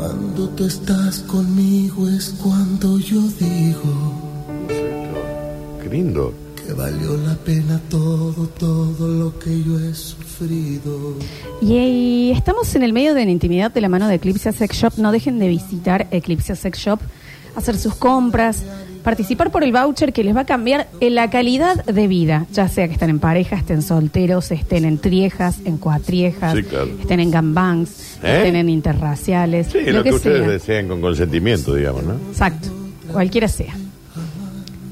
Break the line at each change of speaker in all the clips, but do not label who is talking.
Cuando tú estás conmigo es cuando yo digo
Qué lindo.
que valió la pena todo, todo lo que yo he sufrido.
Y, y estamos en el medio de la intimidad de la mano de Eclipse Sex Shop. No dejen de visitar Eclipse Sex Shop, hacer sus compras, participar por el voucher que les va a cambiar eh, la calidad de vida, ya sea que estén en pareja, estén solteros, estén en triejas, en cuatriejas,
Sí, claro.
estén en gangbangs,
¿Eh?
estén en interraciales,
Sí, lo, que, ustedes desean con consentimiento, digamos, ¿no?
Exacto, cualquiera sea.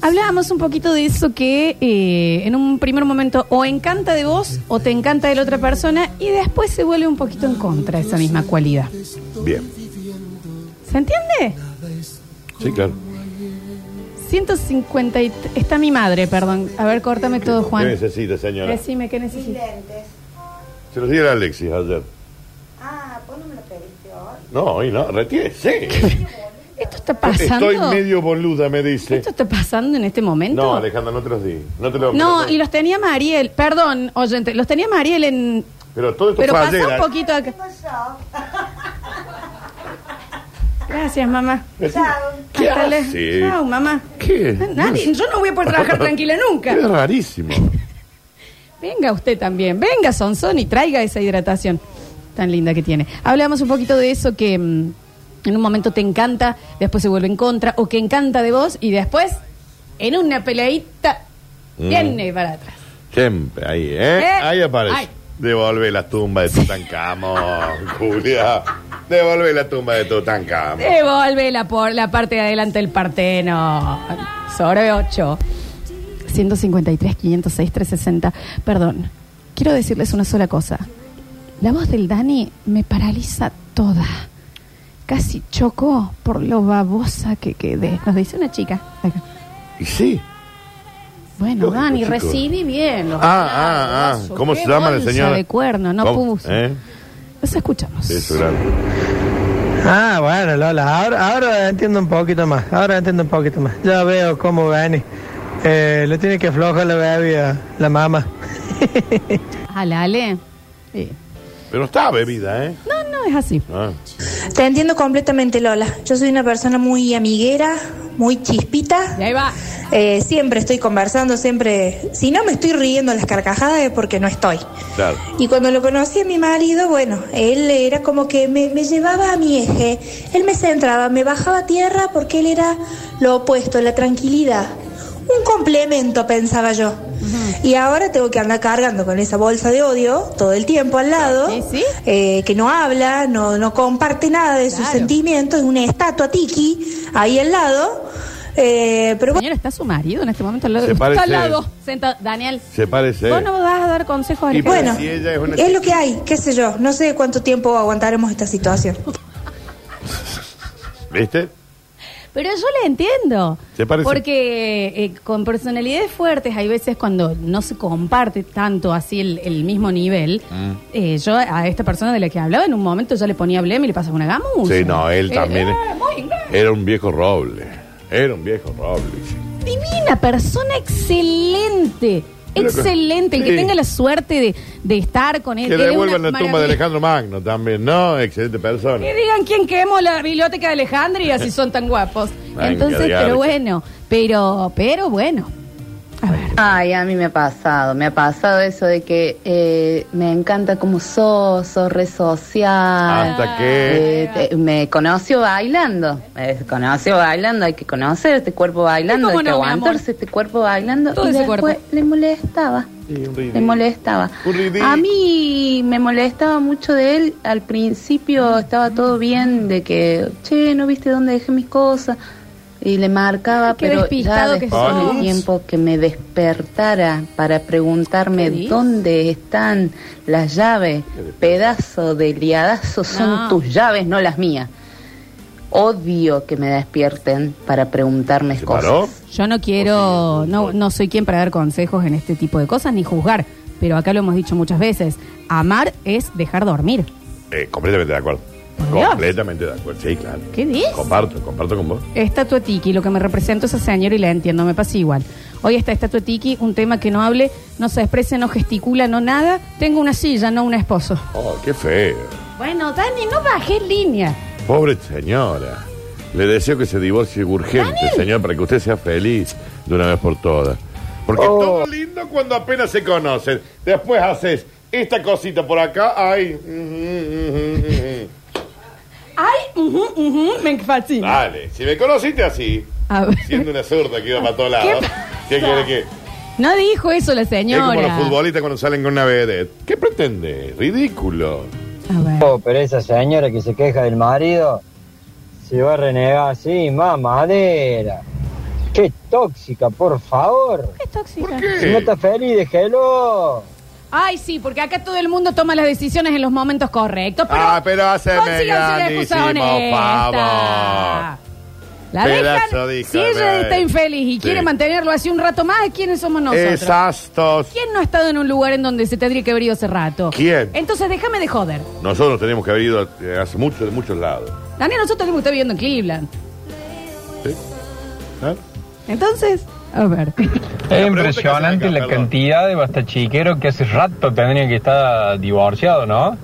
Hablábamos un poquito de eso que eh, en un primer momento o encanta de vos o te encanta de la otra persona y después se vuelve un poquito en contra esa misma cualidad.
Bien.
¿Se entiende?
Sí, claro.
150 y t- está mi madre, perdón. A ver, córtame todo,
¿Qué
Juan.
necesita, señora?
Decime qué necesitas.
Se los di a Alexis ayer.
Ah, vos no me lo pediste hoy.
No, hoy no, retírese.
¿Esto está
Estoy
pasando?
medio boluda, me dice.
¿Esto está pasando en este momento?
No, Alejandra, no te los di. No, te los-
No, y los tenía Mariel, perdón, oyente, los tenía Mariel en...
Pero todo esto
Pero
fue
pasá
ayer. ¿eh?
un poquito acá. Gracias, mamá.
¿Qué
Hasta la-
hace?
Chau, mamá.
¿Qué?
Nadie, yo no voy a poder trabajar tranquila nunca.
Es rarísimo.
Venga usted también. Venga, Sonson, y traiga esa hidratación tan linda que tiene. Hablamos un poquito de eso que mm, en un momento te encanta, después se vuelve en contra, o que encanta de vos, y después, en una peleadita,
Mm.
viene para atrás.
Siempre, ahí, ¿eh?
Eh,
Ahí aparece.
ay.
Devuelve la tumba de Tutankamón, Julia. Devuelve la tumba de Tutankamón.
Eh. Devuelve la, por, la parte de adelante del parteno. Sobre 8. 153, 506, 360. Perdón, quiero decirles una sola cosa. La voz del Dani me paraliza toda. Casi chocó por lo babosa que quedé. Nos dice una chica. Acá.
Y sí.
Bueno,
Lógico,
Dani,
chico.
recibí bien. los
Ah, ah,
aplausos.
ah. ¿Cómo
Qué
se llama la
bolsa
señora?
de cuerno, no
¿Cómo?
puso.
¿Eh?
Los escuchamos.
Eso, grande.
Ah, bueno, Lola, ahora, ahora entiendo un poquito más, ahora entiendo un poquito más. Ya veo cómo Benny eh, le tiene que aflojar la bebida, la mamá.
A Ah, la Ale. Sí.
Pero no está bebida, ¿eh?
No, no, es así.
Ah.
Te entiendo completamente, Lola. Yo soy una persona muy amiguera, muy chispita.
Y ahí va.
Eh, siempre estoy conversando, siempre... Si no me estoy riendo a las carcajadas es porque no estoy.
Claro.
Y cuando lo conocí a mi marido, bueno, él era como que me, me llevaba a mi eje, él me centraba, me bajaba a tierra porque él era lo opuesto, la tranquilidad. Un complemento, pensaba yo. Y ahora tengo que andar cargando con esa bolsa de odio todo el tiempo al lado,
Sí, sí.
eh, que no habla, no, no comparte nada de sus
Claro.
sentimientos, es una estatua tiki ahí al lado. eh, pero bueno,
Señora, está su marido en este momento al lado.
Se
está
parece-
al lado. Senta- Daniel,
Se parece.
vos no vas a dar consejos a
Y
Alejandra.
pero
bueno,
si ella es una
es lo que hay, qué sé yo, no sé cuánto tiempo aguantaremos esta situación.
¿Viste?
Pero yo le entiendo.
Se parece.
Porque eh, con personalidades fuertes, hay veces cuando no se comparte tanto así el, el mismo nivel.
Mm.
eh, yo a esta persona de la que hablaba en un momento ya le ponía blem y le pasaba una gamuza.
Sí, no, él
Eh,
también.
eh,
es-
muy bien.
Era un viejo roble. Era un viejo roble. sí.
Eh, Divina persona, excelente.
Pero que-
Excelente. El que
sí.
tenga la suerte de, de estar con él.
Que
Él es
devuelvan
una
la tumba de
maravilla.
Alejandro Magno también, ¿no? Excelente persona.
Que digan quién quemó la biblioteca de Alejandría si son tan guapos.
Venga,
Entonces,
diablo.
pero bueno, pero, pero bueno. A ver.
Ay, a mí me ha pasado, me ha pasado eso de que eh, me encanta como sos, sos re social.
Hasta que.
Eh, te- me conoció bailando, me conoció bailando, hay que conocer este cuerpo bailando,
Sí, cómo
hay que
no, mi
aguantarse este cuerpo bailando.
Todo
y
ese
después
cuerpo.
le molestaba,
Sí, un
le
ridículo.
molestaba.
Un ridículo.
A mí me molestaba mucho de él, al principio estaba todo bien, de que, che, ¿no viste dónde dejé mis cosas? Y le marcaba,
Ay, qué
pero ya
despistado que
después de
sos.
tiempo que me despertara para
¿Qué
preguntarme
dices?
dónde están las llaves, pedazo de liadazo,
No.
son tus llaves, no las mías. Odio que me despierten para preguntarme
¿Se
cosas.
paró?
Yo no quiero, no, no soy quien para dar consejos en este tipo de cosas ni juzgar, pero acá lo hemos dicho muchas veces, amar es dejar dormir.
Eh, completamente de acuerdo.
Por Dios.
Completamente de acuerdo. Sí, claro.
¿Qué dices?
Comparto, comparto con vos.
Estatua Tiki, lo que me represento esa señora y la entiendo, me pasa igual. Hoy está Estatua Tiki, un tema que no hable, no se exprese, no gesticula, no nada. Tengo una silla, no un esposo.
Oh, qué feo.
Bueno, Dani, no bajes línea.
Pobre señora. Le deseo que se divorcie urgente, señor, para que usted sea feliz de una vez por todas. Porque
Oh.
todo lindo cuando apenas se conocen. Después haces esta cosita por acá, ay. mm,
Ay, ujú, ujú, me
mm, mm, mm.
fascina.
Dale, si me conociste así,
A ver.
siendo una zurda que iba para todos lados.
pasa?
¿Qué quiere que?
No dijo eso la
Es como los
señora.
futbolistas cuando salen con una vedette. ¿Qué pretende? Ridículo.
A ver.
Oh, pero esa señora que se queja del marido, se va a renegar así, mamadera. Qué tóxica, por favor.
Es tóxica.
¿Por
Si no
qué?
está feliz, déjelo.
Ay, sí, porque acá todo el mundo toma las decisiones en los momentos correctos. Pero
Ah, pero haceme
consíganse una excusa
grandísimo
honesta. La
Pedazo
dejan.
de hija
Si
de
ella
madre.
está infeliz y
Sí.
quiere mantenerlo así un rato más, ¿quiénes somos nosotros?
Exactos.
¿Quién no ha estado en un lugar en donde se tendría que haber ido hace rato?
¿Quién?
Entonces déjame de joder.
Nosotros tenemos que haber ido eh, hace mucho, de muchos lados.
Daniel, nosotros tenemos que estar viviendo en Cleveland.
¿Sí? ¿Ah?
Entonces, a ver.
Es
pregunta que
impresionante
hacen acá,
la
perdón.
cantidad de bastachiqueros que hace rato tendrían que estar divorciados, ¿no?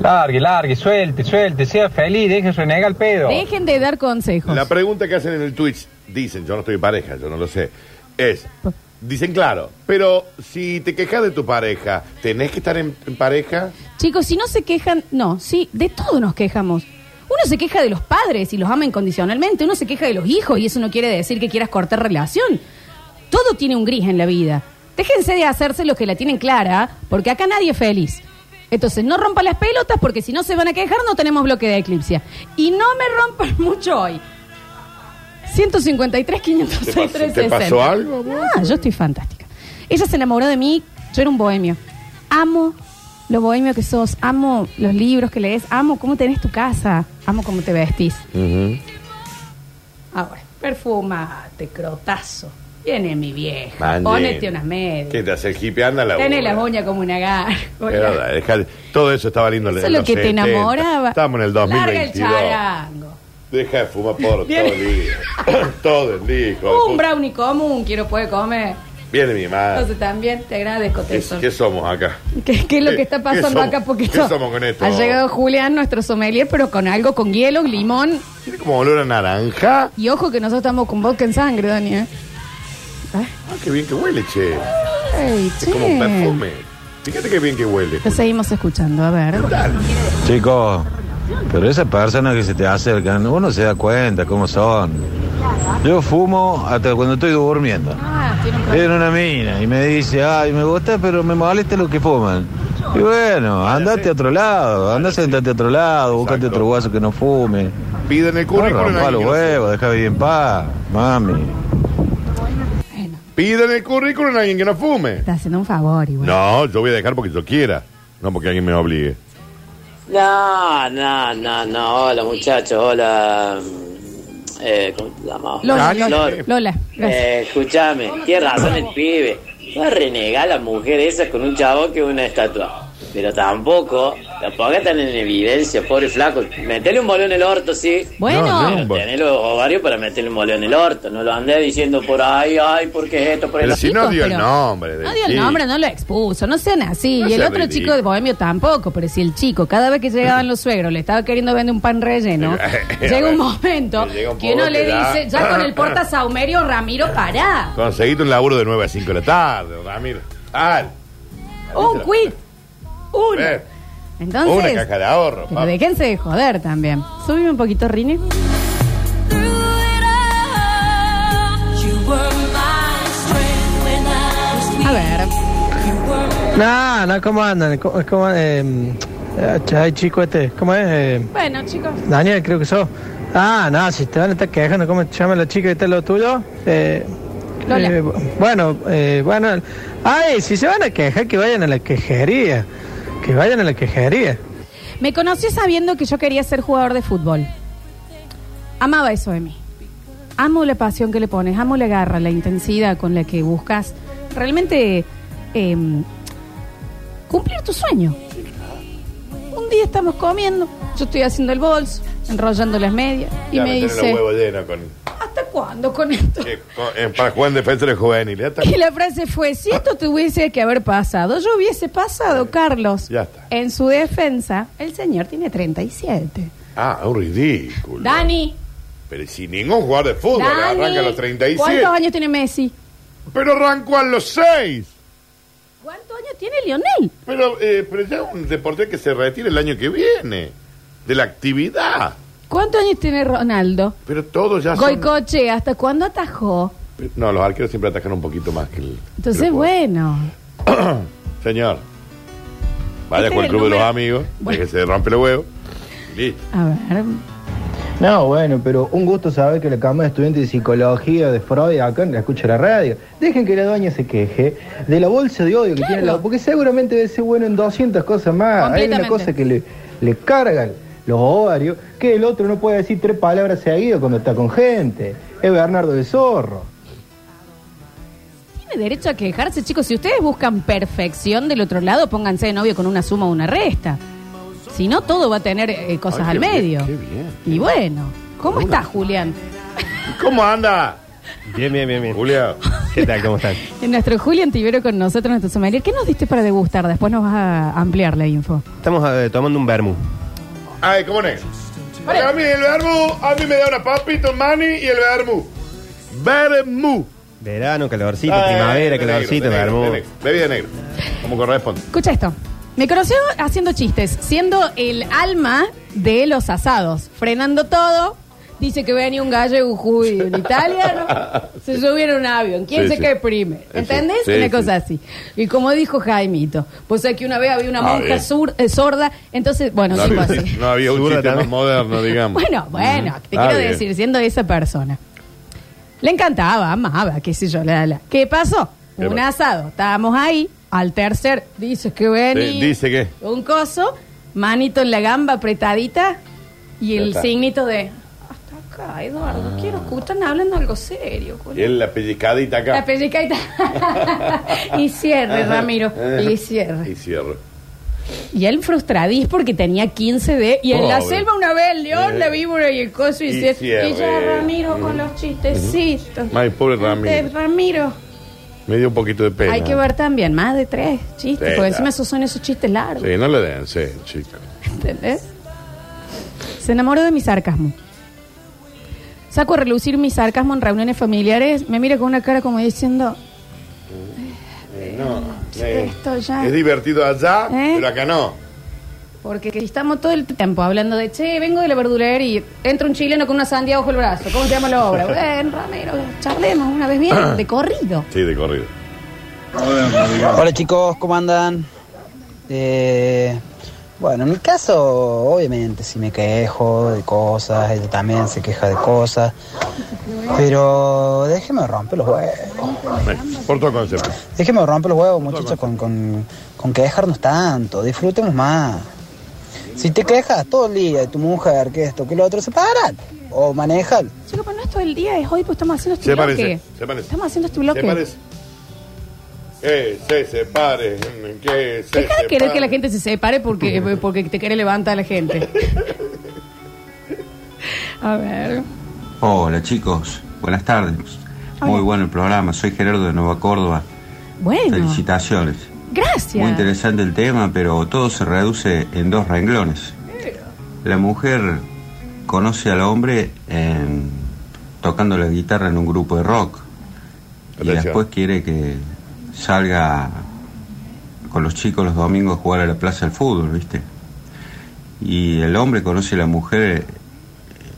Largue, largue, suelte, suelte, sea feliz, deje renegar el pedo.
Dejen de dar consejos.
La pregunta que hacen en el Twitch, dicen, yo no estoy en pareja, yo no lo sé, es, dicen claro, pero si te quejas de tu pareja, ¿tenés que estar en, en pareja?
Chicos, si no se quejan, no, sí, de todo nos quejamos. Uno se queja de los padres y los ama incondicionalmente, uno se queja de los hijos y eso no quiere decir que quieras cortar relación. Todo tiene un gris en la vida. Déjense de hacerse los que la tienen clara, porque acá nadie es feliz. Entonces, no rompan las pelotas porque si no se van a quejar no tenemos bloque de eclipsia. Y no me rompan mucho hoy. 153, 506,
¿Te pasó- te
360.
pasó algo, vos?
Ah, yo estoy fantástica. Ella se enamoró de mí, yo era un bohemio. Amo lo bohemio que sos, amo los libros que lees, amo cómo tenés tu casa, amo cómo te vestís. Ah, Ahora, perfumate, crotazo. Viene mi vieja,
Mande.
ponete unas
¿Qué
medias.
te hace el hippie? Anda a la
Tenés
bola.
las uñas como una
Es verdad,
garra.
deja- todo eso estaba lindo en
Eso es
el
lo que te enamoraba.
Estamos en el
Larga el
2022.
charango.
Deja de fumar por todo
Viene-
el día. todo el día. hijo de
Un
puta. Ah.
brownie común quiero poder comer.
Viene mi madre.
Entonces también te agradezco,
¿Qué,
Tesoro.
qué somos acá?
¿Qué, qué es lo que está
eh, ¿Qué
pasando
somos?
acá? Porque
¿Qué
esto-
somos con esto?
Ha llegado Julián, nuestro sommelier, pero con algo, con hielo, limón.
Tiene como olor a naranja.
Y ojo que nosotros estamos con vodka en sangre, Dani. ¿eh?
Ah, qué bien que huele, che.
Ay,
Es como
che.
un perfume. Fíjate qué bien que huele.
Lo seguimos escuchando, a ver.
Chicos, pero esas personas que se te acercan, uno se da cuenta cómo son. Yo fumo hasta cuando estoy durmiendo.
Ah, tiene un problema.
Viene una mina y me dice, ay, me gusta, pero me molesta lo que fuman. Y bueno, andate a otro lado, andá sentate a otro lado, buscate
Exacto.
otro guaso que no fume.
Piden el
No
currículum.
rompa los huevos, deja bien en paz, mami.
Bueno,
Piden el currículum a alguien que no fume.
está haciendo un favor igual.
Eh. No, yo voy a dejar porque yo quiera. No porque alguien me obligue.
No, no, no, no. Hola, muchachos. Hola. mm, Eh, ¿Cómo te llamas?
Lola,
Dani,
Lola,
eh.
Lola, gracias.
Eh, escúchame, tiene razón el pibe. Va a renegar a la mujer esa con un chabón que es una estatua. Pero tampoco, tampoco están en evidencia, pobre flaco. Metele un bolón en el orto, sí.
bueno,
no, no.
Pero Tenés los ovarios para meterle un bolón en el orto. No lo andé diciendo por ahí, ay, porque es esto, por el
Pero
otro.
si no
chicos,
dio el
pero-
nombre. del
no dio el
chico.
nombre, no lo expuso, no sean así.
No
y el
sea
otro
ridículo.
chico de Bohemio tampoco, pero si el chico, cada vez que llegaban los suegros, le estaba queriendo vender un pan relleno, llega un momento
Llega un
que uno
poco
le
que da-
dice, ya con el porta Saumerio Ramiro, pará.
Conseguiste un laburo de 9 a 5 de la tarde, Ramiro. Tal.
Un Oh, quit. Uno.
Ver.
Entonces.
Eh, Una caja de ahorro,
Pero
papi.
déjense de joder también. Subime un poquito, Rini. A ver.
No, no, ¿cómo andan? ¿Cómo, cómo, eh, ay, chico este, ¿cómo es? Eh,
Bueno, chicos.
Daniel, creo que sos. Ah, no, si te van a estar quejando, ¿cómo te llama la chica que está en lo tuyo? Eh,
Lola.
eh, bueno, eh, bueno. Ay, si se van a quejar, que vayan a la quejería. Que vayan a la quejería.
Me conoció sabiendo que yo quería ser jugador de fútbol. Amaba eso de mí. Amo la pasión que le pones, amo la garra, la intensidad con la que buscas realmente em, cumplir tu sueño. Un día estamos comiendo, yo estoy haciendo el bolso, enrollando las medias, y
Ya,
me
metele
dice,
los huevos llenos con,
¿hasta cuándo con esto?
que- con- eh, para jugar en defensa de juveniles. Ya está. Ah.
Y la frase fue, si esto te hubiese que haber pasado, yo hubiese pasado, Carlos.
Ya está.
En su defensa, el señor tiene 37.
Ah, un ridículo.
Dani,
Pero si ningún jugador de fútbol
Dani,
arranca a los 37.
¿cuántos años tiene Messi?
Pero arrancó a los 6.
¿Cuántos años tiene Lionel?
Pero, eh, pero ya un deporte que se retira el año que viene. De la actividad.
¿Cuántos años tiene Ronaldo?
Pero todos ya son...
Goicoche, ¿hasta cuándo atajó?
No, los arqueros siempre atacan un poquito más que el...
Entonces, bueno.
Señor, vaya
Este
con
es
el
el
club de los
número-
amigos,
Bueno.
que se rompe el huevo. y listo.
A ver.
No, bueno, pero un gusto saber que la Cámara de Estudiantes de Psicología de Freud acá la escucha la radio. Dejen que la doña se queje de la bolsa de odio que tiene al lado, porque seguramente debe ser bueno en 200 cosas más. Hay una
Completamente.
cosa que le, le cargan los ovarios, que el otro no puede decir tres palabras seguidas cuando está con gente. Es Bernardo de Zorro.
Tiene derecho a quejarse, chicos. Si ustedes buscan perfección del otro lado, pónganse de novio con una suma o una resta. Si no, todo va a tener eh, cosas
Ay,
al
qué bien,
medio.
qué bien.
Y bueno, ¿cómo está Julián?
¿Cómo anda?
Bien, bien, bien, bien.
Julia.
¿Qué tal? ¿Cómo están?
En nuestro Julián Tibero con nosotros, nuestro sommelier. ¿Qué nos diste para degustar? Después nos vas a ampliar la info.
Estamos eh, tomando un vermú.
Ay, ¿cómo no es? Porque A mí el vermú, a mí me da una papita, un mani y el vermú. Vermú.
Verano, calorcito,
Ay,
primavera,
de
calorcito,
negro, de negro,
vermú.
de negro. Bebida negra. Como corresponde.
Escucha esto. Me conoció haciendo chistes, siendo el alma de los asados, frenando todo. Dice que venía un gallo y un judío, un italiano. Se subieron a un avión. ¿Quién
Sí,
se
sí.
cae primero? ¿Entendés?
Sí,
una
sí.
cosa así. Y como dijo Jaimito, pues aquí que una vez había una
Ah,
monja
bien.
sur- eh, sorda, entonces, bueno,
No
tipo
había,
así.
no había un
Segura
chiste más
también.
moderno, digamos.
Bueno, bueno, te
Ah,
quiero
bien.
decir, siendo esa persona. Le encantaba, amaba, qué sé yo, la, la. ¿Qué pasó?
¿Qué
un
pasó?
asado, estábamos ahí, al tercer, dice que venía.
Sí, Eh, dice que...
Un coso, manito en la gamba apretadita y
Ya
el
está.
signito de. Hasta acá, Eduardo, quiero escuchar hablando algo serio.
Y él la pellicadita acá.
La pellicaita. y cierre,
Ajá.
Ramiro.
Ajá.
Y cierre.
Y cierre.
Y él frustradís porque tenía 15 de. Y en la
Pobre.
selva una vez el león,
Eh.
la víbora y el coso y,
Y
cierre.
cierre.
Y ya Ramiro con los chistecitos.
Ay, pobre Ramiro.
Eh, Ramiro,
Me dio un poquito de pena.
hay que ver también más de tres chistes,
Sí,
porque
ya.
encima esos son esos chistes largos,
Sí, no le den, sí, chicos.
¿entendés? Se enamoró de mi sarcasmo. Saco a relucir mi sarcasmo en reuniones familiares, me mira con una cara como diciendo,
Eh, no. eh,
esto ya...
Es divertido allá,
¿Eh?
pero acá no.
Porque estamos todo el tiempo hablando de, che, vengo de la verdulera y entra un chileno con una sandía bajo el brazo. ¿Cómo se llama la obra? Bueno, Ramiro, charlemos una vez bien, de corrido.
Sí, de corrido.
Hola chicos, ¿cómo andan? Eh, bueno, en mi caso, obviamente, si me quejo de cosas, ella también se queja de cosas, pero déjeme romper los huevos.
Por todo concepto.
Déjeme romper los huevos, muchachos, con, con, con quejarnos tanto, disfrutemos más. Si te quejas todo el día de tu mujer, que esto, que lo otro, separate o manejalo.
Chicos, pero no es todo el día, es hoy, pues estamos haciendo este
Se
bloque.
parece,
se parece.
Estamos haciendo este bloque.
Se parece. Eh, se separe. mm, Que se
Deja de querer
separe.
que la gente se separe porque, eh, porque te quiere levantar a la gente. A ver.
Hola chicos, buenas tardes. Muy
Hola.
bueno el programa, soy Gerardo de Nueva Córdoba.
Bueno,
Felicitaciones. Muy
gracias.
interesante el tema, pero todo se reduce en dos renglones. La mujer conoce al hombre en- tocando la guitarra en un grupo de rock y
Atención.
después quiere que salga con los chicos los domingos a jugar a la plaza del fútbol, ¿viste? Y el hombre conoce a la mujer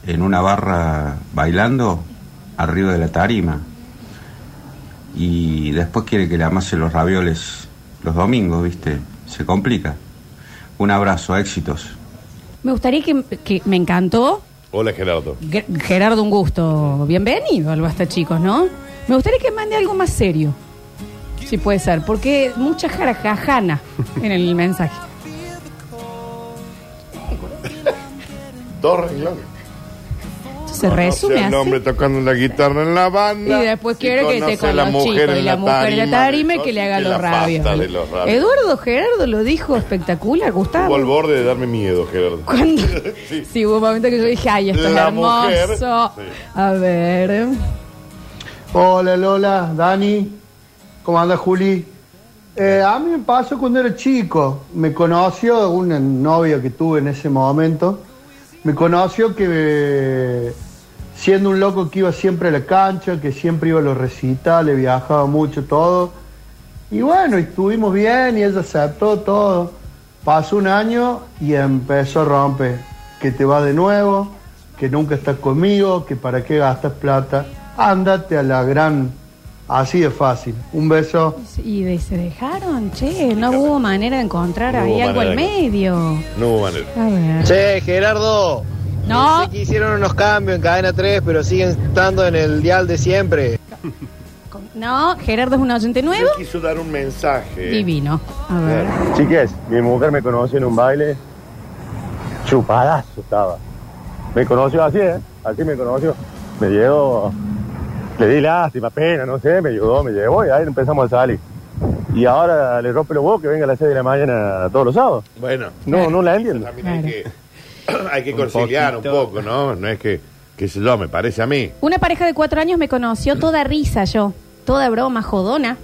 en una barra bailando arriba de la tarima y después quiere que le amase los ravioles los domingos, ¿viste? Se complica. Un abrazo, éxitos.
Me gustaría que, que me encantó.
Hola Gerardo.
Ger- Gerardo, un gusto. Bienvenido al Basta Chicos, ¿no? Me gustaría que mande algo más serio. Si puede ser, porque mucha jarajajana en el mensaje.
Dos renglones.
Se resume
El
así.
hombre tocando la guitarra en la banda.
Y después quiere que te
conoce a
con los chicos y la mujer en la tarima y que le haga
y
los
la pasta
rabios.
de los rabios.
Eduardo Gerardo lo dijo espectacular,
Estuvo
Gustavo.
al borde de darme miedo, Gerardo.
Cuando- Sí, hubo un momento que yo dije, ay, esto es
La
hermoso.
mujer-
A ver.
Hola Lola, Dani, ¿cómo anda Juli? Eh, a mí me pasó cuando era chico, me conoció un novio que tuve en ese momento Me conoció que eh, siendo un loco que iba siempre a la cancha, que siempre iba a los recitales, viajaba mucho, todo. Y bueno, y estuvimos bien y ella aceptó todo. Pasó un año y empezó a romper. Que te va de nuevo, que nunca estás conmigo, que para qué gastas plata. Ándate a la gran. Así de fácil. Un beso.
Y de- se dejaron, che, no hubo manera de encontrar
No
ahí
hubo
algo al
manera de-
medio.
No hubo manera.
A ver.
Che, Gerardo. No. sé que hicieron unos cambios en cadena 3, pero siguen estando en el dial de siempre.
No, Gerardo es un oyente nuevo.
quiso dar un mensaje.
Divino. A ver.
Chiques, mi mujer me conoció en un baile. Chupadazo estaba. Me conoció así, ¿eh? Así me conoció. Me llevó. Le di lástima, pena, no sé, me ayudó, me llevó y ahí empezamos a salir. Y ahora le rompe los huevos que venga a las 6 de la mañana todos los sábados.
Bueno.
No, no la entiendo.
También hay que, hay que conciliar un poco, ¿no? No es que, qué sé yo, me parece a mí.
Una pareja de cuatro años me conoció toda risa yo, toda broma, jodona.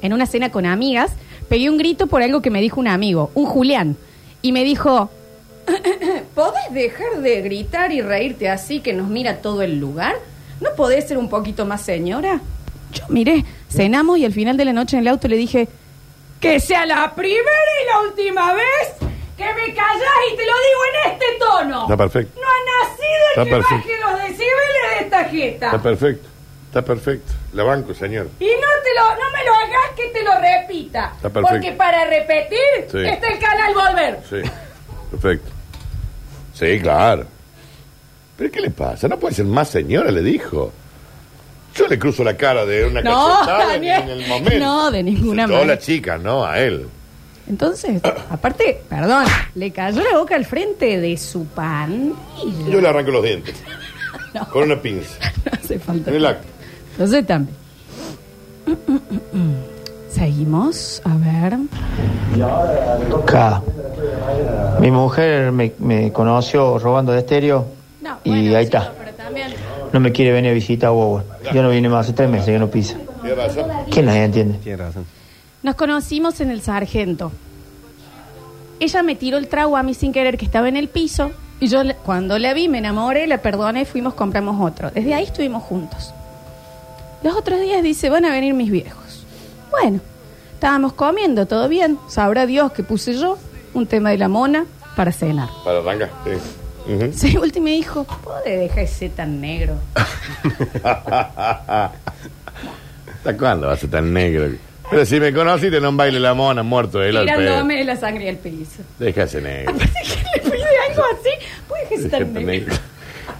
En una cena con amigas, pegué un grito por algo que me dijo un amigo, un Julián. Y me dijo, ¿podés dejar de gritar y reírte así que nos mira todo el lugar? ¿No podés ser un poquito más señora? Yo miré, cenamos y al final de la noche en el auto le dije, que sea la primera y la última vez que me callás y te lo digo en este tono.
Está perfecto.
No ha nacido
Está
el que
perfecto.
baje los decibeles de esta jeta.
Está perfecto. Está perfecto. La banco, señor.
Y no, te lo, no me lo hagas que te lo repita.
Está perfecto.
Porque para repetir
Sí.
está el canal Volver.
Sí. Perfecto. Sí, claro. ¿Pero qué le pasa? No puede ser más señora, le dijo. Yo le cruzo la cara de una
No,
cachetada en-
Daniel.
en el momento.
No, de ninguna
Yo a la
manera.
chica, no, a él.
Entonces, aparte, perdón, le cayó la boca al frente de su pan.
Yo le arranco los dientes. Con una pinza.
hace falta.
En el acto.
Entonces también. Seguimos, a ver.
K. Mi mujer me, me conoció robando de estéreo. y ahí está. No me quiere venir a visitar a Bowen. Yo no vine más hace tres meses, yo no pisa.
Tiene razón.
¿Quién la entiende?
Nos conocimos en el Sargento. Ella me tiró el trago a mí sin querer que estaba en el piso y yo le- cuando la vi me enamoré, la perdoné, fuimos, compramos otro. Desde ahí estuvimos juntos. Los otros días dice, van a venir mis viejos. Bueno, estábamos comiendo, todo bien. Sabrá Dios que puse yo un tema de la mona para cenar.
Para arrancar. Sí. Ujú.
Se volteó y me dijo, ¿puede dejar ese tan negro?
¿Hasta cuándo vas a ser tan negro? Pero si me conociste en un baile la mona, muerto de él al pedo.
Tirándome la sangre al piso.
Déjase negro.
¿Le pide algo así? ¿Puede dejar ese tan
Déjate
negro?
negro.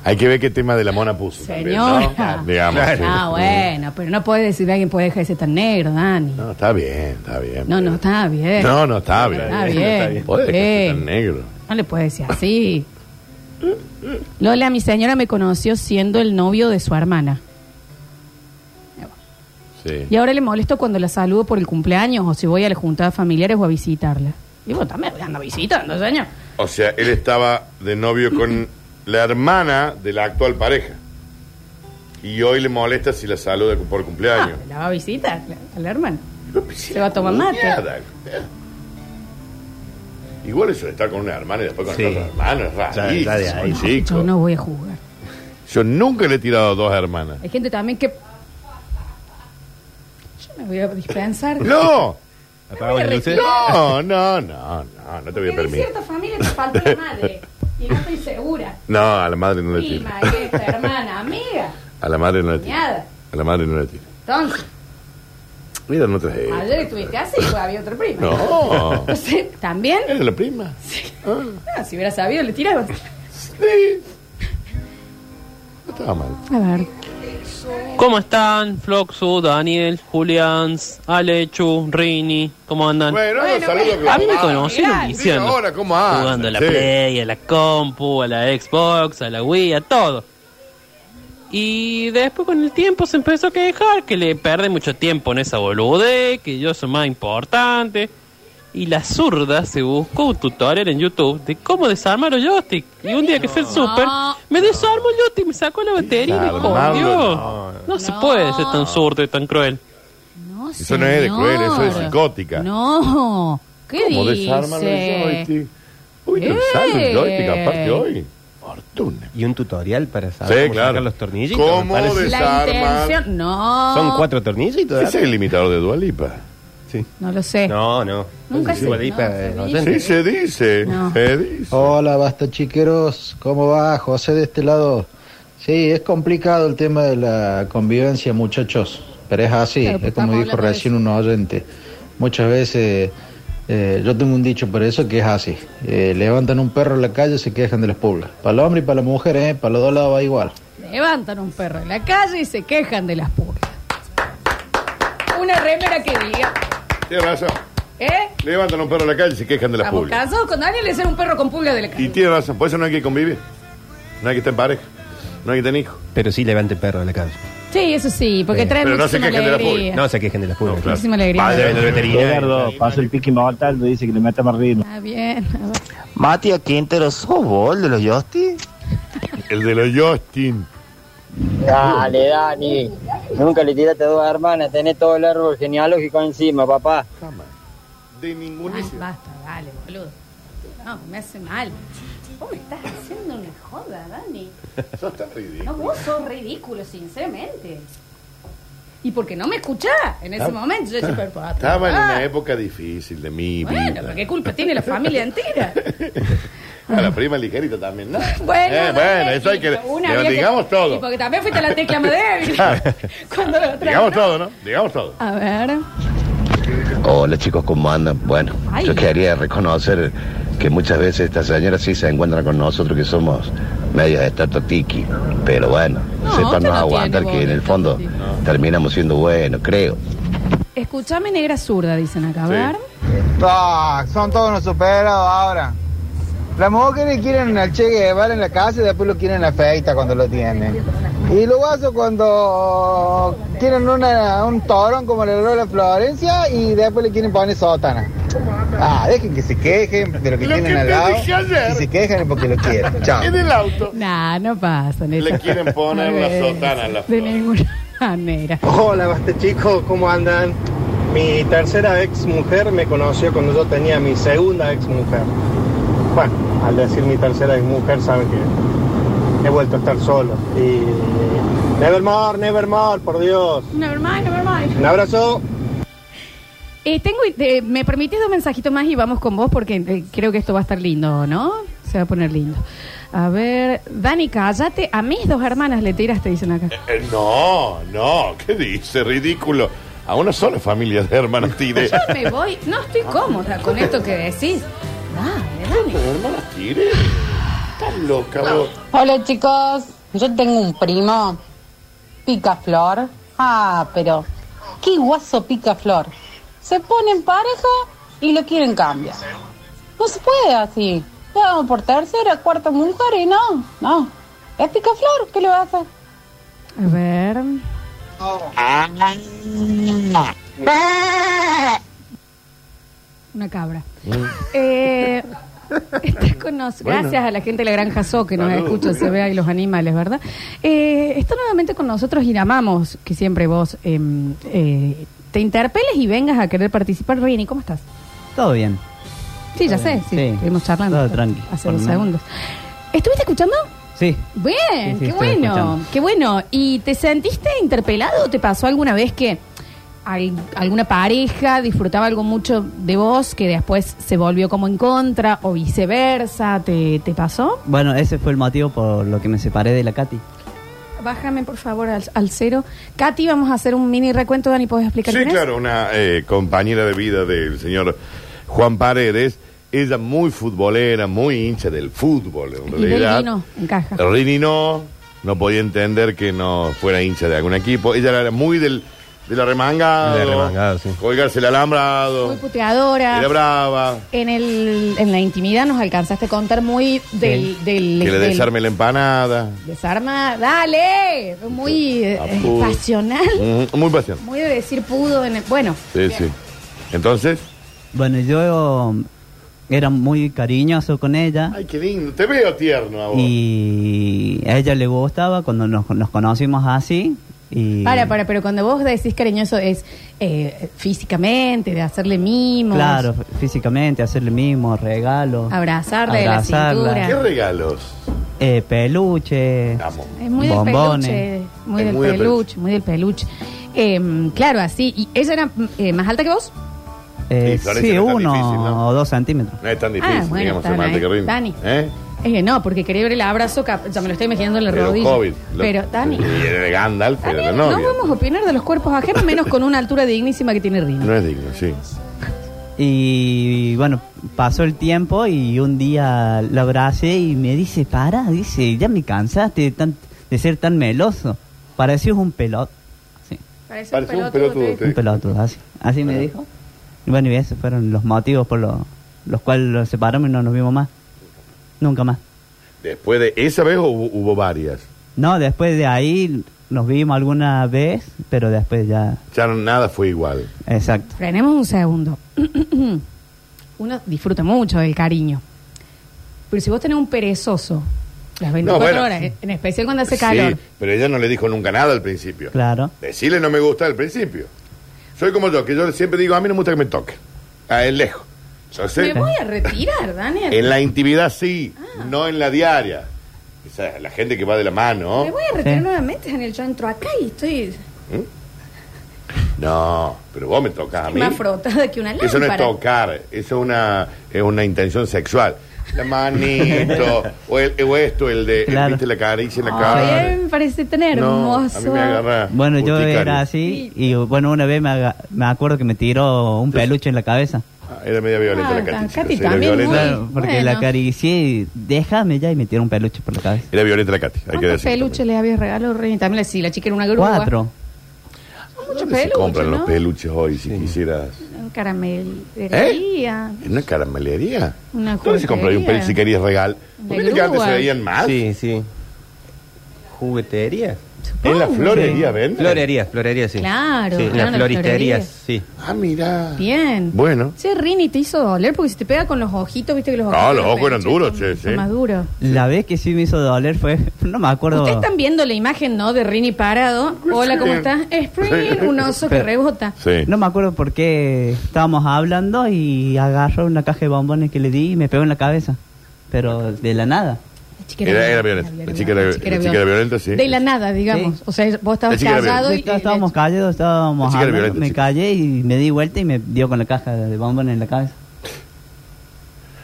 Hay que ver qué tema de la mona puso. también, ¿no?
Señora.
Digamos. sí.
Ah,
Eh,
bueno, pero no puedes decirle a alguien puede dejar de ser tan negro, Dani.
No, está bien, está bien.
No, no, está bien.
No, no, está bien.
Eh. Está bien.
Puede que
Eh.
sea tan negro.
No le puedes decir así. Lola, mi señora me conoció siendo el novio de su hermana.
Sí.
Y ahora le molesto cuando la saludo por el cumpleaños o si voy a la juntada familiares o a visitarla. Y vos también anda visitando, señor.
O sea, él estaba de novio con la hermana de la actual pareja. Y hoy le molesta si la saluda por cumpleaños.
Ah, La va a visitar, la, a la hermana. Se va a tomar Ah, mate.
Nada. Igual eso de estar con una hermana y después con
Sí.
otra hermana es
Ya- ya de ahí.
rarísimo, chico.
Yo no voy a jugar.
Yo nunca le he tirado dos hermanas.
Hay gente también que... Yo me voy a dispensar.
¡No!
Apago las luces.
No, no, no, no, no te voy a
Porque de
permitir.
cierta familia te falta la madre. Y no estoy segura.
No, a la madre no le tiro.
Prima, esta, hermana, amiga,
A la madre no le tiro.
cuñada.
A la madre no le tiro.
Entonces,
Mira, no traje.
ayer estuviste así, pues había otra prima.
Eh, No.
Entonces, ¿también?
Era la prima.
Ah, si hubiera sabido, le tirabas.
No estaba mal.
A ver.
¿Cómo están? Floxu, Daniel, Julián, Alechu, Rini, ¿cómo andan?
Bueno, los Bueno, saludos bueno.
A mí me
Ah, mirá.
conocieron iniciando.
Mira ahora cómo hacen,
Jugando a la
sí.
Play, a la Compu, a la Xbox, a la Wii, a todo. Y después con el tiempo se empezó a quejar que le perde mucho tiempo en esa boludez, que yo soy más importante. Y la zurda se buscó un tutorial en YouTube de cómo desarmar los joystick. Y un día que fue el super, me desarmó el joystick, me sacó la batería y me
Desarmarlo,
escondió.
no.
No, se puede ser tan zurdo y tan cruel.
No,
Eso no es de cruel, eso es psicótica.
No. ¿Qué
¿Cómo
dice?
Eh.
Eh,
desarman el joystick? Uy, te usaron el joystick aparte hoy. fortuna.
Y un tutorial para saber cómo sacar los tornillitos.
¿Cómo
me parece.
La
desarmar?
intención, no.
Son cuatro tornillitos.
Ese es el limitador de Dualipa.
Sí.
No lo sé.
No, no.
Nunca se-
Dua Lipa,
no,
eh,
se
no,
dice.
gente.
Sí, se dice.
No.
se dice.
Hola, basta chiqueros. ¿Cómo va José de este lado? Sí, es complicado el tema de la convivencia, muchachos, pero es así,
Claro, pues
es como
estamos
dijo
hablando de
recién un oyente. Muchas veces, eh, yo tengo un dicho por eso que es así, eh, levantan un perro en la calle y se quejan de las pulgas. Para el hombre y para la mujer, eh, para los dos lados va igual.
Levantan un perro en la calle y se quejan de las pulgas. Una remera que diga,
Tiene razón.
¿eh?
Levantan un perro a la calle y se quejan de las
Estamos
pulgas.
cansados con Daniel de ser un perro con pulgas de la calle.
Y tiene razón. Por eso no hay que convivir. No hay que estar en pareja. No hay que tener hijos.
Pero sí levante el perro de la calle.
Sí, eso sí, porque trae
Pero no se
muchísima
quejen de la pulga.
alegría.
No se quejen de las pulgas.
claro. Muchísima alegría.
Vaya, el veterinario.
Gerardo, pasa el piqui mortal, le dice que le meta más ritmo.
Está Ah, bien. a ver.
Matías Quintero, ¿sos vos el de los Justin?
El de los Justin.
Dale, Dani. Nunca le tiraste dos hermanas. Tenés todo el árbol genealógico encima, papá.
De ningún
Ay, Ah, basta, dale, boludo. No, me hace mal. Vos me estás haciendo una joda, Dani.
Sos tan ridículo.
No, vos sos ridículo, sinceramente. Y porque no me escuchás en ese
Ah,
momento. Yo decía, pero, pa,
Estaba en
pa,
una época difícil de mi
Ah. Bueno,
vida.
pero ¿qué culpa tiene la familia entera?
Eh, A la prima ligerita también, ¿no?
Bueno,
Eh, bueno
dale,
eso hay que.
una
pero
vieja-
digamos
Y
todo.
porque también fuiste a la tecla más débil.
Claro.
Cuando lo traes,
digamos
¿no?
todo, ¿no? Digamos todo.
A ver.
Hola chicos, ¿cómo andan? Bueno,
Ay.
yo quería reconocer que muchas veces estas señoras sí se encuentran con nosotros que somos medias de estatua tiki, pero bueno,
No, usted
sepan
no
aguantar
tiene
que en
voz
el fondo terminamos siendo buenos, creo.
Escuchame negra zurda, dicen acá. A
Sí.
ver.
Ah, son todos unos superados ahora. Las mujeres quieren al Che Guevara en la casa y después lo quieren afeita cuando lo tienen. Y los guasos cuando quieren una- un torón como le logró la Florencia y después le quieren poner sótana. Ah, dejen que se quejen de lo que
Lo
tienen
que
al
te
lado.
dije ayer.
Y se quejan es porque lo quieren. Chao.
En el auto.
Nah, no pasan eso.
Le quieren poner
No
una
es
sotana en la
De ninguna manera.
Hola, basta chicos, ¿cómo andan? Mi tercera ex mujer me conoció cuando yo tenía mi segunda ex mujer. Bueno, al decir mi tercera ex mujer, saben que he vuelto a estar solo. Y. Nevermore, nevermore, por Dios.
Never mind, never mind.
Un abrazo.
Eh, tengo, eh, ¿Me permitís dos mensajitos más y vamos con vos? Porque eh, creo que esto va a estar lindo, ¿no? Se va a poner lindo. A ver, Dani, cállate. A mis dos hermanas le tiraste, dicen acá.
Eh, no, no. ¿Qué dice? Ridículo. A una sola familia de hermanas tire.
Yo me voy, no estoy cómoda con esto que decís. Dale, Dani.
hermanas tire? Estás loca, vos.
Hola chicos, yo tengo un primo, picaflor. Ah, pero qué guaso picaflor. Se pone en pareja y lo quieren cambiar. No se puede así. Le damos por tercera, cuarta mujer y no, no. Es picaflor, ¿qué le va a hacer?
A ver. Una cabra. Eh, está con nos-
Bueno.
Gracias a la gente de la Granja Zoo que nos
Saludos.
escucha, se ve ahí los animales, ¿verdad? Eh, está nuevamente con nosotros y amamos que siempre vos eh, eh, te interpeles y vengas a querer participar. Rini, ¿cómo estás?
Todo bien.
Sí, ya sé, sí, estuvimos charlando
Todo tranqui.
hace
por lo
dos
menos.
segundos. ¿Estuviste escuchando?
Sí.
Bien,
Sí, sí,
qué
estoy
bueno,
escuchando.
qué bueno. ¿Y te sentiste interpelado? ¿Te pasó alguna vez que al- alguna pareja disfrutaba algo mucho de vos que después se volvió como en contra o viceversa? ¿Te, te pasó?
Bueno, ese fue el motivo por lo que me separé de la Katy.
Bájame por favor al, al cero. Katy, vamos a hacer un mini recuento, Dani, ¿puedes explicar
Sí,
quién es?
claro, una eh, compañera de vida del señor Juan Paredes. Ella muy futbolera, muy hincha del fútbol, en
Y
realidad.
Belli no, encaja.
Rini no, no podía entender que no fuera hincha de algún equipo. Ella era muy del, de la remangada.
Del arremangado, sí.
Colgarse el alambrado.
Muy puteadora.
Era brava.
En, el, en la intimidad nos alcanzaste a contar muy del... del,
que le
del-
desarme la empanada.
Desarma, dale, muy eh,
Apuro.
pasional,
Mm, Muy paciente.
muy de decir pudo. En el- bueno,
Sí, sí. Entonces,
Bueno, yo um, era muy cariñoso con ella
ay, qué lindo. Te veo tierno a vos.
y a ella le gustaba cuando nos, nos conocimos así. Y
para, para, pero cuando vos decís cariñoso es eh, físicamente, de hacerle mimos.
Claro, fí- físicamente, hacerle mimos, regalos.
Abrazarle de la cintura.
¿Qué regalos?
eh, peluches,
Es muy del peluche. Muy
Es
del
muy del
peluche, muy del peluche. Em, claro, así. ¿Y ella era eh, más alta que vos?
Eh,
Sí,
sí,
Florencia, no es tan
uno
difícil,
o dos centímetros.
No es tan difícil,
Ah, bueno,
digamos,
está
ser más
bien.
alto que Rini.
Dani.
¿Eh?
Es que no, porque quería ver el abrazo, cap- ya me lo estoy imaginando en la
Era un
rodilla.
hobbit, lo-
Pero, Dani,
Y era de Gandalf, era la
no
novia.
vamos a opinar de los cuerpos ajenos, menos con una altura dignísima que tiene Rino.
No es digno, sí.
Y bueno, pasó el tiempo y un día la abracé y me dice, para, dice, ya me cansaste de, tan- de ser tan meloso. Parecías un pelot. Sí.
Parece,
Parece un pelotudo.
Un pelotudo, así. Así me dijo. Y bueno, y esos fueron los motivos por los, los cuales nos separamos y no nos vimos más. Nunca más.
Después de esa vez hubo, hubo varias.
No, después de ahí nos vimos alguna vez, pero después ya...
Ya no- nada fue igual.
Exacto.
Frenemos un segundo. Uno disfruta mucho del cariño. Pero si vos tenés un perezoso, las 24
bueno,
horas, en especial cuando hace
Sí,
calor,
pero ella no le dijo nunca nada al principio.
Claro.
Decirle no me gusta al principio. Soy como yo, que yo siempre digo, a mí no me gusta que me toque. A él lejos. Entonces,
me voy a Ah. retirar, Daniel.
en la intimidad sí, no en la diaria. Esa es la gente que va de la mano.
Me voy a retirar nuevamente, Daniel. Yo entro acá y estoy
¿Mm? No, pero vos me tocas a mí.
más frotada que una lámpara.
Eso no es tocar, eso es una, es una intención sexual. La manito, o, el, o esto, el de, el, viste, la caricia
Ah.
en la cara.
Ay, me parece tan hermoso.
Bueno, yo
urticaria.
era así y bueno, una vez me, aga- me acuerdo que me tiró un peluche en la cabeza.
Ah, Era media violenta
Ah,
la Katy.
Katy
chicos, era
también,
violenta.
muy-
Claro, porque la acaricié y déjame ya y me tiró un peluche por la cabeza.
Era violenta la Katy, hay que
¿Cuántos
decir.
peluches le habías regalado, Reni? También le sí, la chica era una grúa.
Cuatro.
Muchos
Se
peluches,
compran
¿no?
los peluches hoy si quisieras.
Un caramelería.
¿En una caramelería?
Una
¿Dónde se compraría un peluche si querías regal?
De
¿Por qué que antes se
grúa.
veían más?
Sí, sí. ¿Juguetería?
¿En la florería venden?
Florerías, florerías, sí.
Claro,
Sí,
claro,
las
las
floristerías,
florerías.
sí.
Ah, mira.
Bien.
Bueno.
Che, Rini, te hizo doler porque si te pega con los ojitos, viste que los ojitos.
Ah,
de peluche
duros, che,
son más duros.
La vez que sí me hizo doler fue, no me acuerdo.
Ustedes están viendo la imagen, ¿no? De Rini parado. Hola, ¿cómo estás? Spring, un oso que
Pero-
rebota.
No me acuerdo por qué estábamos hablando y agarró una caja de bombones que le di y me pegó en la cabeza. Pero de la nada.
Era, era violenta. La chica era, la chica era violenta, sí.
De la nada, digamos. O sea, vos estabas
La chica era
callado y.
Estábamos callados,
La
estábamos
chica era
hablando,
violenta,
me callé y me di vuelta y me dio con la caja de bombones en la cabeza.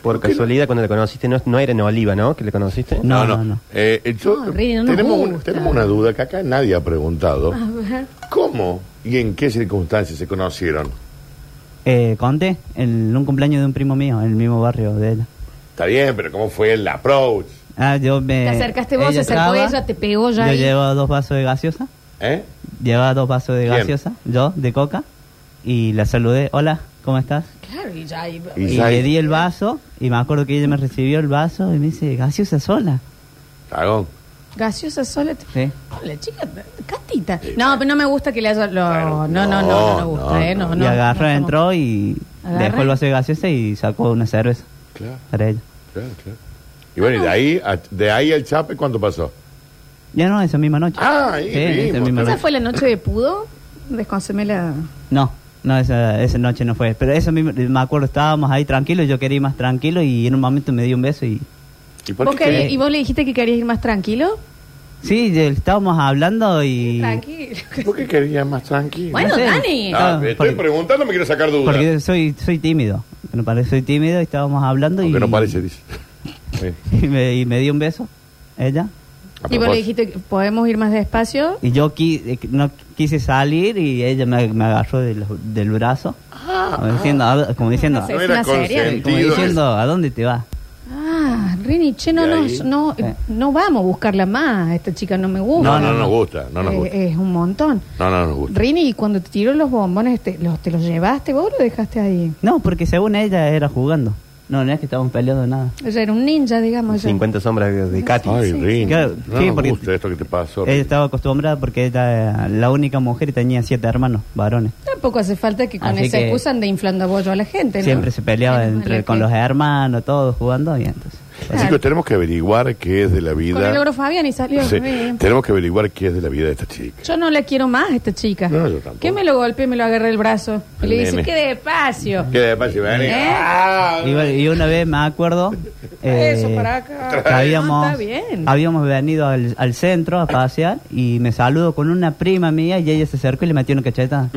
Por casualidad, cuando la conociste, no, no era en Oliva, ¿no? Que le conociste.
No, no,
Eh, eh, yo-
Rini, no nos
tenemos, un-
gusta.
tenemos una duda que acá nadie ha preguntado.
A ver.
¿Cómo y en qué circunstancias se conocieron?
Eh, conté en un cumpleaños de un primo mío, en el mismo barrio de ella.
Está bien, pero ¿cómo fue el approach?
Ah, yo me...
Te acercaste vos, se
ella
acercó
traba,
ella, te pegó ya
Yo
ahí.
llevaba dos vasos de gaseosa.
¿Eh?
Llevaba dos vasos de
¿Quién?
gaseosa, yo, de coca. Y la saludé, hola, ¿cómo estás?
Claro, y ya ahí.
Y, le di el vaso, y me acuerdo que ella me recibió el vaso y me dice, gaseosa sola.
Cagón.
Gaseosa sola. te- oh,
Sí.
La chica, catita. No, pero no me gusta que le haya. lo- no, no, no, no,
Oh,
me gusta, ¿eh? No, no.
y agarró, entró y
Agarra.
dejó el vaso de gaseosa y sacó una cerveza.
Claro.
Para ella.
Claro, claro. Y bueno, y
Ah,
de ahí, a- de ahí al chape, ¿cuánto pasó?
Ya no, esa misma noche.
Ah, ahí
Sí, esa
mismo.
misma
¿Esa
noche.
fue la noche de Pudo? Desconsumé la.
No, no, esa, esa noche no fue. Pero esa misma, me acuerdo, estábamos ahí tranquilos, yo quería ir más tranquilo y en un momento me dio un beso y...
¿Y
¿Vos querés- ¿Y vos le dijiste que querías ir más tranquilo?
Sí, de- estábamos hablando y...
Tranquilo.
¿Por qué querías más tranquilo?
Bueno,
No sé.
Dani.
Ah,
Ah, estoy
porque-
preguntando, me quiero sacar dudas.
Porque soy, soy tímido. Me parece, soy tímido y estábamos hablando y...
Aunque no parece, dice. Sí.
y, me, y me dio un beso, ella.
Y vos le dijiste, que ¿podemos ir más despacio?
Y yo qui- eh, no quise salir y ella me, me agarró de los- del brazo.
Ah,
Como diciendo, a- como diciendo,
No era
como
consentido
diciendo, ¿a dónde te vas?
Ah, Rini, che, no,
Y
nos-
ahí-
no,
Eh.
no vamos a buscarla más. Esta chica no me gusta.
No, no, no nos gusta, no nos
Eh,
gusta.
Es, un montón.
No, no nos gusta.
Rini, ¿y cuando te tiró los bombones, te los, te los llevaste vos o lo dejaste ahí?
No, porque según ella era jugando. No, no es que estábamos peleando nada.
Ella era un ninja, digamos. ella.
50 sombras de Katy.
Ay, Rini, Claro,
No
sí,
nos
porque-
gusta esto que te pasó.
Ella estaba acostumbrada porque ella era la única mujer y tenía siete hermanos varones.
Tampoco hace falta que con
Así
esa
que-
excusa ande inflando bollo a la gente, ¿no?
Siempre se peleaba entre, con los hermanos, todos jugando y entonces.
Chicos, tenemos que averiguar qué es de la
Con el
vida.
logro Fabián y salió.
Sí,
bien.
Tenemos que averiguar qué es de la vida de esta chica.
Yo no la quiero más a esta chica.
No, yo tampoco.
Que me lo golpeé, me lo agarré el brazo. Y le dice,
Nene.
qué despacio.
¿Qué le pasa, Iván?
¿Eh?
Ah,
Y, bueno, y una vez me acuerdo. eh,
Eso, para acá.
que
No,
Habíamos,
está bien.
habíamos venido al, al centro a pasear y me saludo con una prima mía y ella se acercó y le metió una cacheta.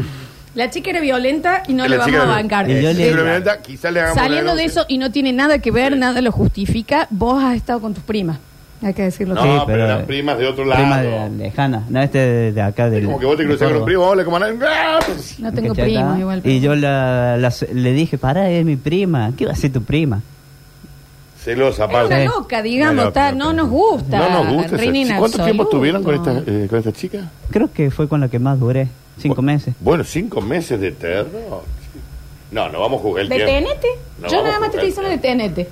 La chica era violenta y no
Y
le
la
vamos
chica
a
era-
bancar.
Y yo le-
Simplemente quizás le hagamos la
Saliendo de
denuncia.
eso y no tiene nada que ver, nada lo justifica, vos has estado con tus primas. Hay que decirlo.
No,
Sí,
pero,
pero-
las primas de otro lado.
Prima de, lejana, no este de, de acá del.
Como que vos te
de
cruzás con un
Córdoba.
primo, hola, ¿cómo andás? ¡Ah!
No tengo
¿Cachai?
primos igual.
Y yo la- la- le dije, pará, es mi prima. ¿Qué va a ser tu prima?
Celosa,
Es
aparte.
eh,
una loca, digamos,
Una loca,
está- no nos gusta.
No nos gusta. esa
Rini Uh. en
chica. ¿Cuánto tiempo
absoluto.
estuvieron con esta, eh, con esta chica?
Creo que fue con la que más duré, cinco meses.
Bueno, cinco meses de terror. No, no vamos a jugar el tiempo.
Detenete.
No
yo
vamos
nada
a
más te
jugar
estoy diciendo
el
detenete.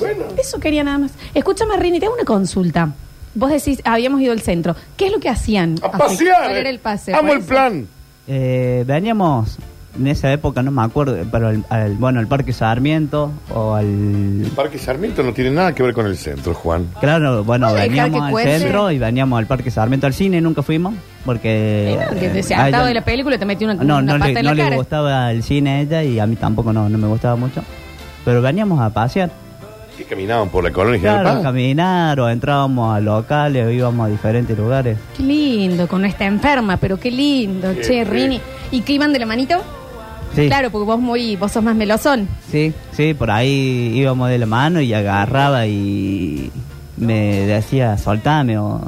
Bueno.
Eso quería nada más. Escúchame, Rini, te hago una consulta. Vos decís, habíamos ido al centro. ¿Qué es lo que hacían?
A
Así,
pasear,
¿Cuál
eh.
era el pase?
Amo
¿Cuál
el
es?
plan.
Eh, veníamos en esa época, no me acuerdo, pero al, al- bueno, al Parque Sarmiento o al...
Parque Sarmiento no tiene nada que ver con el centro, Juan.
Claro, bueno,
¿Puede dejar
veníamos
que
al
cuece?
centro y veníamos al Parque Sarmiento. Al cine nunca fuimos porque...
Que te se
eh, a
hartaba
ella-
de la película y te metió una,
no,
una
no,
pata
le,
en
no
la
le
cara.
gustaba el cine a ella y a mí tampoco no, no me gustaba mucho. Pero veníamos a pasear.
Que caminaban por la colonia
Claro, a
General Paz.
caminar o entrábamos a locales o íbamos a diferentes lugares.
Qué lindo, con esta enferma, pero qué lindo,
Sí,
che,
sí.
Rini. ¿Y qué iban de la manito?
Sí.
Claro, porque vos muy, vos sos más melosón.
Sí, sí, por ahí íbamos de la mano y agarraba y me decía, soltame o...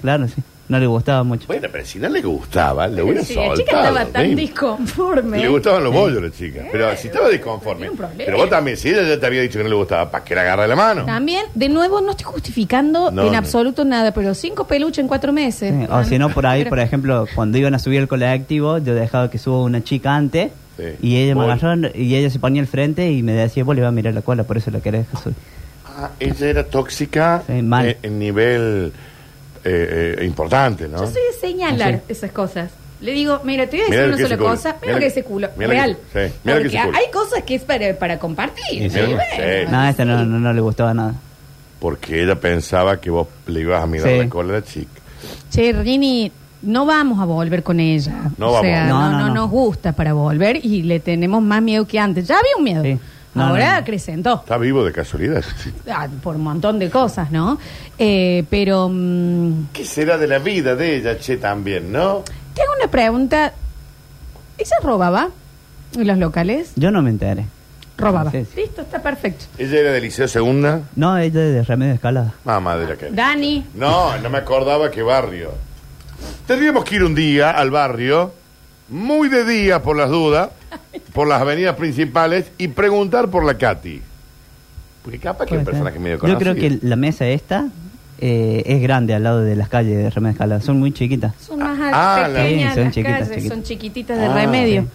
Claro, sí, no le gustaba mucho.
Bueno, pero si no le gustaba, le hubiera
Sí, la
soltado.
chica estaba tan
ven.
disconforme.
Le gustaban los bollos a la chica. Pero si estaba disconforme. Pero vos también, si ella ya te había dicho que no le gustaba, ¿para qué la agarra de la mano?
También, de nuevo, no estoy justificando
No,
en
no.
absoluto nada, pero cinco peluches en cuatro meses.
Sí, Eh, O si no, por ahí,
Pero-
por ejemplo, cuando iban a subir el colectivo, yo dejaba que suba una chica antes y ella me
Por-
agarraba y ella se ponía al frente y me decía, vos le vas a mirar la cola, por eso la querés dejar subir.
Ah, ella era tóxica eh, en nivel eh, eh, importante, ¿no?
Yo soy de señalar
Sí.
esas cosas. Le digo, mira, te voy a
Mira
decir
lo
una
que
sola
ese culo.
cosa.
Mira
Mira lo que
que-
ese culo.
mira lo que-
Real.
sí, mira lo que ese
Porque
culo.
hay cosas que es para, para compartir.
Sí, sí.
¿sí?
Sí.
No, a esta no, no, no le gustaba nada.
Porque ella pensaba que vos le ibas a mirar
Sí.
la cola a la chica.
Che, Rini, no vamos a volver con ella.
No
O sea,
vamos. No,
no, no
no, no.
nos gusta para volver y le tenemos más miedo que antes. Ya había un miedo.
No,
Ahora
no, no.
acrecentó.
Está vivo de casualidad. ese chico.
Ah, por un montón de cosas, ¿no? Eh, pero mm,
¿Qué será de la vida de ella, che, también, no?
te hago una pregunta. ¿Ella robaba en los locales?
Yo no me enteré.
Robaba.
Sí,
Listo, está perfecto.
¿Ella era de Liceo Segunda?
No, ella es de remedio escalada.
Mamá de la que...
Dani.
No, no me acordaba qué barrio. Tendríamos que ir un día al barrio, muy de día por las dudas, por las avenidas principales y preguntar por la Katy. Porque capaz que es un personaje medio
Yo
conocido.
creo que la mesa esta eh, es grande al lado de las calles de remedio escalada. Son muy chiquitas.
Son más
Ah,
al-
la-
pequeñas
Sí, son
las
chiquitas,
calles,
chiquitas.
son chiquititas de
Ah,
remedio.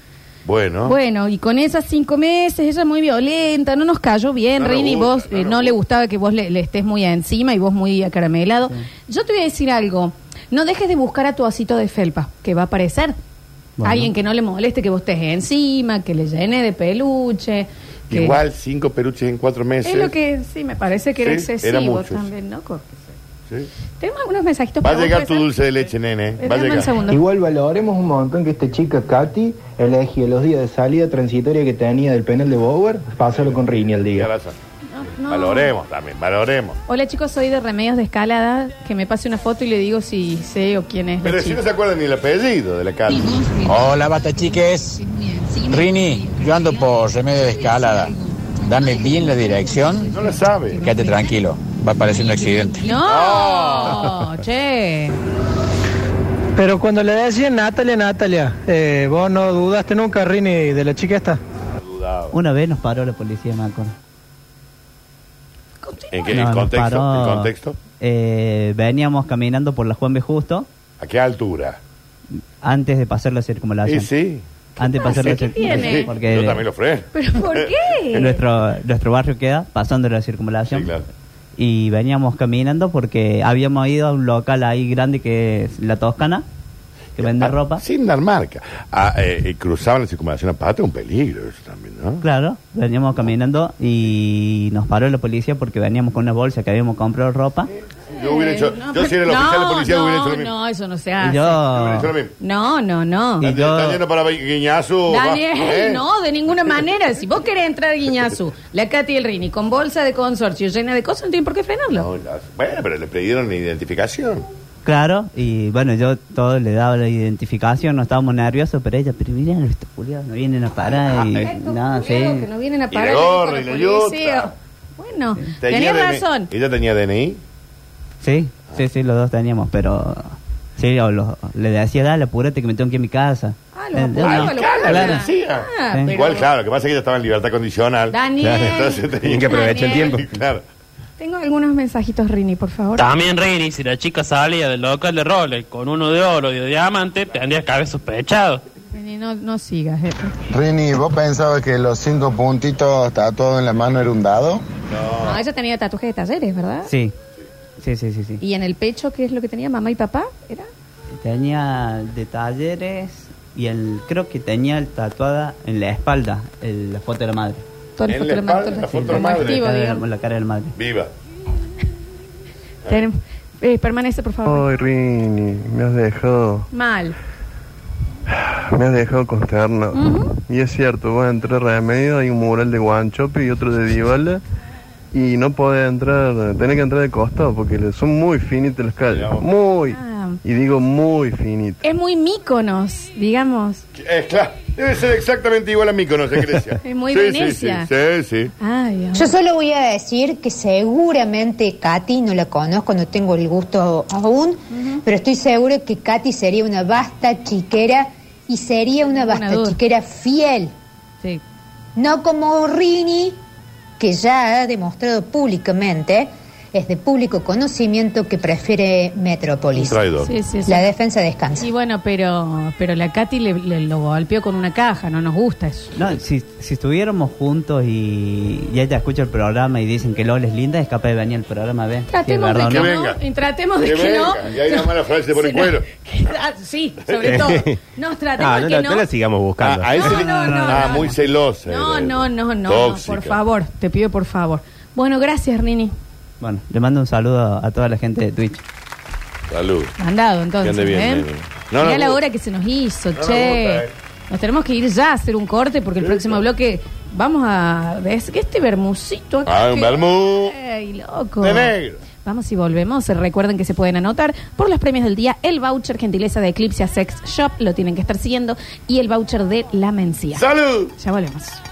Bueno.
Bueno, y con esas cinco meses, ella muy violenta, no nos cayó bien,
No nos
Rini,
gusta,
vos eh, no, le gustaba que vos le, le estés muy encima y vos muy acaramelado. Yo te voy a decir algo, no dejes de buscar a tu osito de felpa, que va a aparecer.
Bueno.
Alguien que no le moleste que vos estés encima, que le llene de peluche. Que
Igual cinco peluches en cuatro meses.
Es lo que, sí, me parece que era
Sí, era
excesivo
mucho.
también, ¿no? Co-
Sí.
Tenemos algunos mensajitos
Va a
para vos,
llegar tu
¿puede ser?
dulce de leche, nene.
Eh,
Va a
dame un
llegar.
segundo.
Igual valoremos un montón que esta chica Katy eligió los días de salida transitoria que tenía del penal de Bower, pasarlo con Rini al día.
No.
Valoremos también, valoremos.
Hola chicos, soy de Remedios de Escalada. Que me pase una foto y le digo si sé o quién es. la
Pero si
chica.
no se acuerdan ni el apellido de la Katy.
Hola, basta chiques. Rini, yo ando por remedio de escalada. Dame bien la dirección.
No la sabe.
Quédate tranquilo, va a aparecer un accidente.
Ah.
No, che.
Pero cuando le decían Natalia, Natalia, eh, vos no dudaste nunca, Rini, de la chica esta.
Una vez nos paró la policía, me acuerdo.
¿En qué? ¿En contexto? ¿En contexto?
Eh, veníamos caminando por la Juan B. Justo.
¿A qué altura?
Antes de pasar la circunvalación.
Y sí.
Antes de pasar la
¿Qué
circunvalación.
tiene?
Porque
Yo también lo frené.
¿Pero por
Eh,
qué?
nuestro, nuestro barrio queda pasando la circunvalación. Y veníamos caminando porque habíamos ido a un local ahí grande que es La Toscana. que vende
Ah,
ropa.
Sin dar marca. Ah, eh, eh, cruzaban la circunvalación a pata, un peligro eso también, ¿no?
Claro, veníamos caminando y nos paró la policía porque veníamos con una bolsa que habíamos comprado ropa.
Yo hubiera hecho, yo si era el
Eh, no,
oficial de policía
no,
hubiera hecho lo mismo.
No, eso no se hace.
Yo hubiera hecho lo mismo.
No, no, no.
Está- está yendo para Guiñazú. va,
Daniel,
¿eh?
no, de ninguna manera. Si vos querés entrar a Guiñazú, la Katy y el Rini, con bolsa de consorcio llena de cosas, no tienen por qué frenarlo.
Bueno, pero le pidieron la identificación.
Claro, y bueno, yo todo le daba la identificación, no estábamos nerviosos, pero ella, pero miren estos culiados, no vienen a parar y nada, sí.
Claro, que no vienen a
Y la
parar ahí con
gorra,
la
y la
policía. Bueno, tenías
DNI.
razón.
¿Ella tenía DNI?
Sí, sí, sí, los dos teníamos, pero sí, o los- le decía, dale, apúrate que me tengo que ir a mi casa.
Ah,
Eh,
lo
no,
apuraba, lo
claro.
apuraba. Ah,
Sí.
pero-
Igual, claro, lo que pasa es que ella estaba en libertad condicional.
Daniel.
Claro, entonces tenía
que aprovechar el Daniel.
Claro.
Tengo algunos mensajitos, Rini, por favor.
También, Rini, si la chica salía del local de Rolex con uno de oro y de diamante, tendrías que haber sospechado.
Rini, no, no sigas. eh.
Rini, ¿vos pensabas que los cinco puntitos tatuados en la mano era un dado?
Ah.
No, ella tenía tatuajes de talleres, ¿verdad?
Sí, sí, sí, sí, sí.
¿Y en el pecho qué es lo que tenía mamá y papá? ¿Era?
Tenía de talleres y el, creo que tenía el tatuada en la espalda, el- la foto de la madre.
Todo el En foto la de la madre, espalda, todo el- la foto de la madre.
La cara de la-
Digamos.
la cara de la madre.
Viva.
Tenemos- eh, permanece, por favor.
Ay, Rini, me has dejado,
Mal.
me has dejado consternado. Y es cierto, vos entras a remedio, hay un mural de Guanchope y otro de Dybala y no podés entrar, tenés que entrar de costado porque le- son muy finitas las calles, muy,
Ah.
y digo muy finitas.
Es muy míconos, digamos.
Es claro, debe ser exactamente igual a Míconos de Grecia.
Es muy
Sí,
Venecia.
Sí, sí, sí. sí.
Yo solo voy a decir que seguramente Katy, no la conozco, no tengo el gusto aún, pero estoy seguro que Katy sería una basta chiquera y sería una basta chiquera fiel. No como Rini, que ya ha demostrado públicamente, es de público conocimiento que prefiere Metrópolis.
Un traidor.
Sí, sí, sí.
La defensa descansa.
Y bueno, pero pero la Katy le, le- lo golpeó con una caja, no nos gusta eso.
No, si, si estuviéramos juntos y, y ella escucha el programa y dicen que Lola es linda, es capaz de venir al programa a ver.
Tratemos
Sí,
de
perdón,
que
¿no?
no, y tratemos de
Que
que, no.
venga,
Y ahí la mala frase se pone
Sí,
en cuero.
Ah, sí, sobre todo. Nos tratemos
Ah,
de
no,
que
la-
no.
no la sigamos buscando.
Ah, a ese
No,
le-
no, no,
ah,
no,
muy
no.
celosa.
No,
era.
no, no, no, no,
Tóxica.
por favor, te pido por favor. Bueno, gracias, Rini.
Bueno, le mando un saludo a toda la gente de Twitch.
Salud.
Mandado, entonces.
Que ande bien,
¿eh?
nene. No
Mirá
nos
la
gusta.
hora que se nos hizo,
nos
che.
gusta, eh.
Nos tenemos que ir ya a hacer un corte porque el próximo bloque vamos a. ¿Ves que este bermucito acá?
Ah, un
que-
vermú.
¡Ey, loco!
De negro.
Vamos y volvemos. Recuerden que se pueden anotar por los premios del día el voucher gentileza de Eclipse Sex Shop, lo tienen que estar siguiendo, y el voucher de La Mencía.
¡Salud!
Ya volvemos.